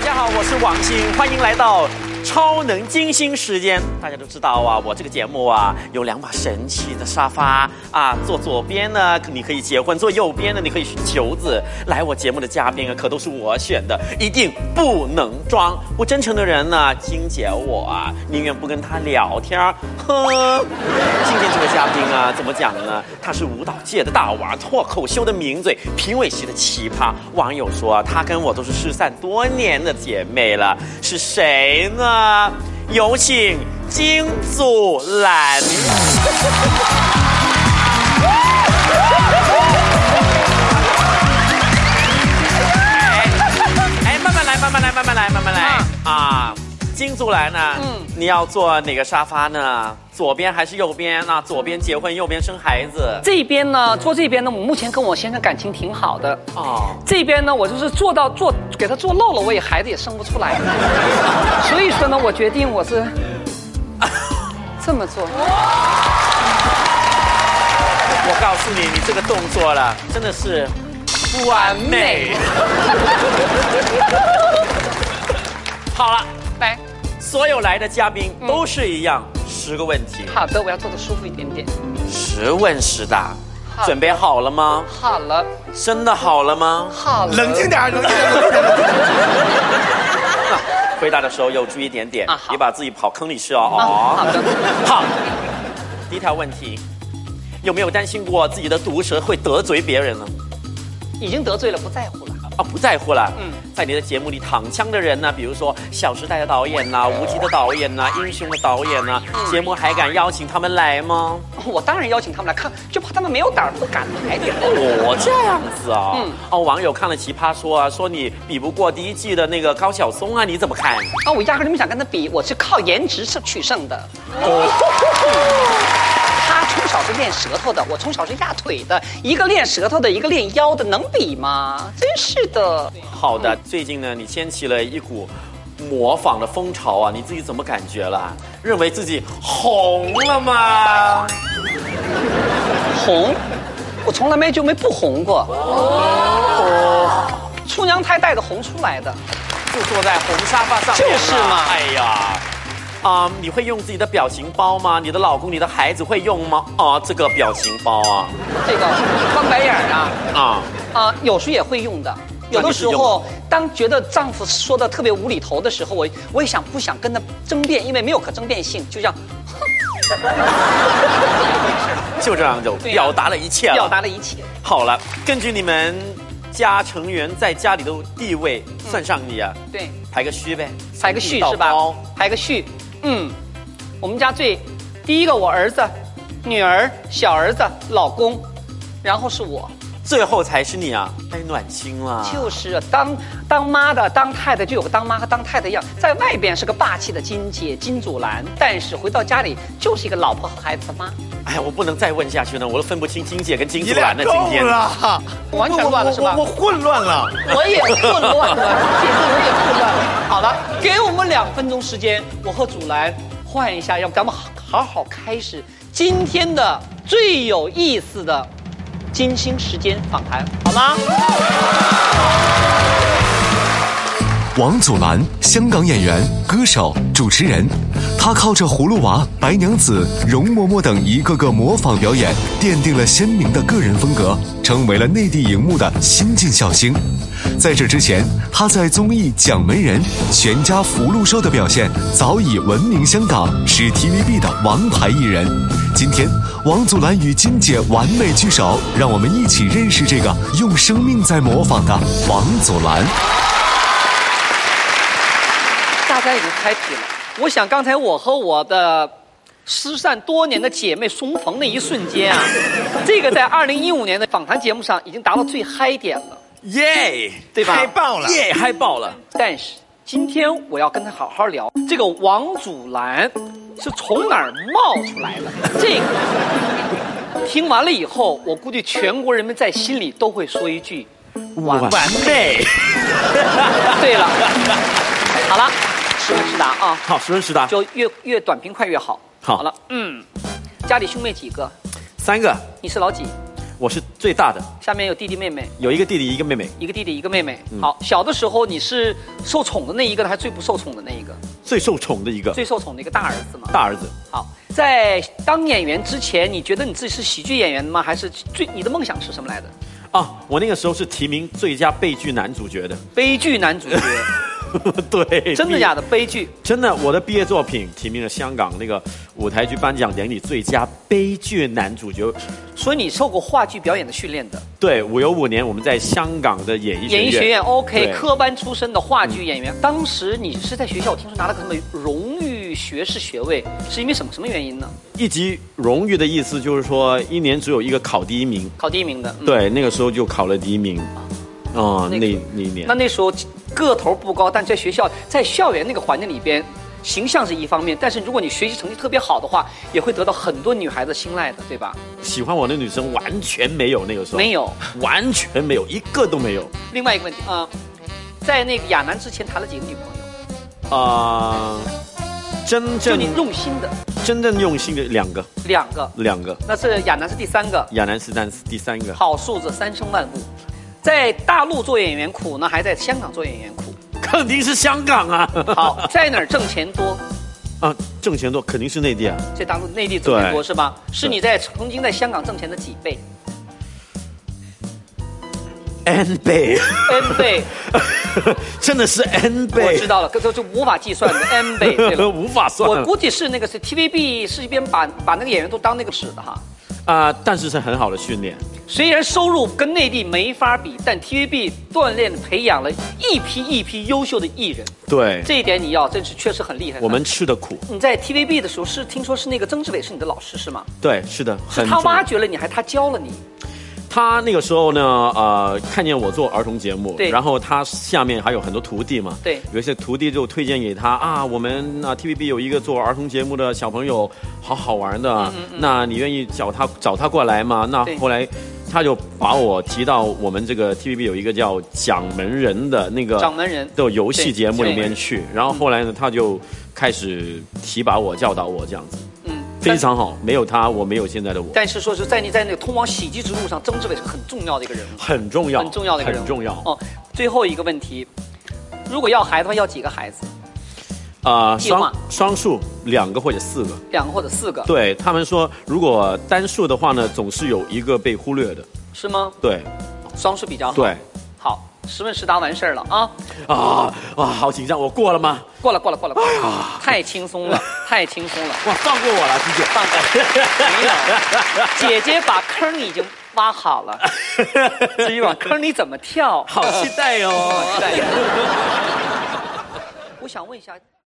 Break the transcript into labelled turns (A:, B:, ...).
A: 家好，我是王鑫，欢迎来到超能金星时间。大家都知道啊，我这个节目啊有两把神奇的沙发啊，坐左边呢你可以结婚，坐右边呢你可以寻求子。来我节目的嘉宾啊，可都是我选的，一定不能装。不真诚的人呢、金姐我啊，宁愿不跟他聊天儿。哼，今天这位嘉宾啊，怎么讲呢？他是舞蹈界的大王，脱口秀的名嘴，评委席的奇葩。网友说啊他跟我都是失散多年的姐妹了，是谁呢？有请金祖蓝。哎，慢慢来，慢慢来，慢慢来，慢慢来啊！金竹来呢？嗯，你要坐哪个沙发呢？左边还是右边？那、左边结婚，右边生孩子。
B: 这边呢，坐这边呢，我目前跟我先生感情挺好的。
A: 哦，
B: 这边呢，我就是做到做给他做漏了，我也孩子也生不出 来。所以说呢，我决定我是 这么做。
A: 我告诉你，你这个动作了，真的是完美。 好了，
B: 来，
A: 所有来的嘉宾都是一样，十个问题，
B: 好的，我要做的舒服一点点。
A: 十问十答。
B: 好
A: 准备好了吗？
B: 好了，
A: 真的好了吗？
B: 好了，
C: 冷静点儿，冷静点儿冷静点儿。
A: 回答的时候要注意一点点
B: 啊，好
A: 别把自己跑坑里去哦。
B: 啊
A: 哦
B: 好的，
A: 好，第一条问题，有没有担心过自己的毒舌会得罪别人呢？
B: 已经得罪了，不在乎了。
A: 啊，不在乎了。
B: 嗯
A: 在你的节目里躺枪的人呢，比如说《小时代》的导演呐、无极》的导演呐、英雄》的导演呐、节目还敢邀请他们来吗？
B: 我当然邀请他们来看，就怕他们没有胆儿不敢来点儿。
A: 哦，这样子啊、
B: 嗯
A: 哦，网友看了奇葩说啊，说你比不过第一季的那个高晓松啊，你怎么看？
B: 啊，我压根儿就没想跟他比，我是靠颜值是取胜的。
A: 哦
B: 他从小是练舌头的，我从小是压腿的，一个练舌头的，一个练腰的，能比吗？真是的，
A: 好的，嗯最近呢，你掀起了一股模仿的风潮啊，你自己怎么感觉了？认为自己红了吗？
B: 红，我从来没就没不红过。哦，出娘胎带着红出来的，
A: 就坐在红沙发上面了
B: 就是嘛
A: 哎呀，啊、你会用自己的表情包吗？你的老公、你的孩子会用吗？啊、这个表情包啊，
B: 这个翻白眼儿啊，
A: 啊、
B: 啊，有时候也会用的。有的时
A: 那你是用
B: 候，当觉得丈夫说的特别无厘头的时候，我我也想不想跟他争辩，因为没有可争辩性，就像
A: 就这样就
B: 对啊
A: 表达了一切了。
B: 表达了一切。
A: 好了，根据你们家成员在家里的地位，算上你啊，
B: 对，
A: 排个序呗，
B: 排个序
A: 道
B: 是吧
A: 包？
B: 排个序，嗯，我们家最第一个我儿子、女儿、小儿子、老公，然后是我，
A: 最后才是你啊，太暖心了。
B: 就是当当妈的、当太太就有个当妈和当太太一样，在外边是个霸气的金姐、金主兰，但是回到家里就是一个老婆和孩子的妈，
A: 哎呀，我不能再问下去了，我都分不清金姐跟金
C: 你
A: 主
C: 俩
A: 兰了。今
C: 够
A: 天
C: 了，
B: 完全乱了是吧
C: 我我我混乱了。
B: 我也混乱了，这次我也混乱了。好了，给我们两分钟时间，我和祖蓝换一下，让咱们好好好开始今天的最有意思的金星时间访谈，好吗？
D: 王祖蓝，香港演员、歌手、主持人，她靠着《葫芦娃》《白娘子》《容嬷嬷》等一个个模仿表演，奠定了鲜明的个人风格，成为了内地荧幕的新晋笑星。在这之前，她在综艺《蒋门人》《全家福禄寿》的表现早已闻名香港，是 TVB 的王牌艺人。今天，王祖蓝与金姐完美聚首，让我们一起认识这个用生命在模仿的王祖蓝。
B: 大家已经开启了。我想刚才我和我的失散多年的姐妹重逢那一瞬间啊，这个在二零一五年的访谈节目上已经达到最嗨点了。
A: 耶，
B: 对吧
C: 嗨爆了
A: 耶，嗨爆了！
B: 但是今天我要跟他好好聊这个王祖蓝是从哪儿冒出来的。这个听完了以后，我估计全国人民在心里都会说一句完
A: 完美。
B: 对了。好了，实问实答啊，
A: 好，十问十答，就
B: 就越越短平快越好。
A: 好
B: 了，嗯，家里兄妹几个？
A: 三个，
B: 你是老几？
A: 我是最大的，
B: 下面有弟弟妹妹，
A: 有一个弟弟，一个妹妹，
B: 一个弟弟一个妹妹。好，小的时候你是受宠的那一个呢，还是最不受宠的那一个？
A: 最受宠的一个
B: 最受宠的一个大儿子嘛。
A: 大儿子。
B: 好，在当演员之前，你觉得你自己是喜剧演员吗？还是最你的梦想是什么来的？
A: 啊，我那个时候是提名最佳悲剧男主角的，
B: 悲剧男主角，
A: 对，
B: 真的假的？悲剧，
A: 真的，我的毕业作品提名了香港那个舞台剧颁奖典礼最佳悲剧男主角。
B: 所以你受过话剧表演的训练的。
A: 对，五有五年我们在香港的演艺学院，
B: 演艺学院 OK
A: 对嗯
B: 科班出身的话剧演员，当时你是在学校，我听说拿了个什么荣誉学士学位，是因为什么什么原因呢？
A: 一级荣誉的意思就是说一年只有一个考第一名。
B: 考第一名的。嗯、。
A: 对，那个时候就考了第一名。哦，
B: 那
A: 那
B: 个
A: 那一年
B: 那那时候个头不高，但在学校在校园那个环境里边，形象是一方面，但是如果你学习成绩特别好的话，也会得到很多女孩子青睐的，对吧？
A: 喜欢我的女生完全没有，那个时候
B: 没，有。
A: 完全没有，一个都没有。
B: 另外一个问题啊、在那个亚楠之前谈了几个女朋友？
A: 啊、真
B: 就
A: 正
B: 你用心的
A: 真正用心的两个，
B: 两个，
A: 两个，
B: 那是亚楠是第三个。
A: 亚楠是三第三个。
B: 好数字三生万物。在大陆做演员苦呢，还在香港做演 员苦。
A: 肯定是香港啊！
B: 好，在哪儿挣钱多？
A: 啊，挣钱多肯定是内地啊，
B: 在大陆内地挣钱
A: 对
B: 多是吧？是你在曾经在香港挣钱的几倍
A: n 倍，
B: ？n 倍，
A: 真的是 n 倍，
B: 我知道了，这这这无法计算的 n 倍。对 了
A: 无法算
B: 我
A: 了
B: 估计是那个是 TVB 是一边把把那个演员都当那个使的哈。
A: 啊、但是是很好的训练，
B: 虽然收入跟内地没法比，但 TVB 锻炼培养了一批一批优秀的艺人，
A: 对，
B: 这一点你要真是确实很厉害。
A: 我们吃的苦，
B: 你在 TVB 的时候是听说是那个曾志伟是你的老师是吗？
A: 对，是的，
B: 是
A: 很
B: 他
A: 重要
B: 挖掘了你，还他教了你，
A: 他那个时候呢，呃，看见我做儿童节目，
B: 对
A: 然后他下面还有很多徒弟嘛，
B: 对
A: 有一些徒弟就推荐给他啊，我们啊 TVB 有一个做儿童节目的小朋友，好好玩的，那你愿意找他找他过来吗？那
B: 嗯对
A: 后来。他就把我提到我们这个 TVB 有一个叫《掌门人》的那个
B: 掌门人
A: 的游戏
B: 对
A: 节目里
B: 对
A: 面去，然后后来呢，他就开始提拔我、教导我这样子，
B: 嗯，
A: 非常好。没有他，我没有现在的我，
B: 但。但是说是在你在那个通往喜剧之路上，曾志伟是很重要的一个人物，
A: 很重要，
B: 很重要的一个人物。
A: 啊很重要。
B: 哦，最后一个问题，如果要孩子的话，要几个孩子？
A: 啊、
B: 计划
A: 双双数两个或者四个。
B: 两个或者四个？，
A: 对他们说，如果单数的话呢，总是有一个被忽略的。
B: 是吗？
A: 对
B: 双数比较好。
A: 对，
B: 好，十问十答完事儿了啊，
A: 啊啊，好紧张，我过了吗？
B: 过了过了过了过了，太轻松了，太轻松了。
A: 哇，放过我了，徐姐。
B: 放开，没有，姐姐把坑已经挖好了， 至于往坑里怎么跳，
A: 好期待哦。
B: 期待。我想问一下。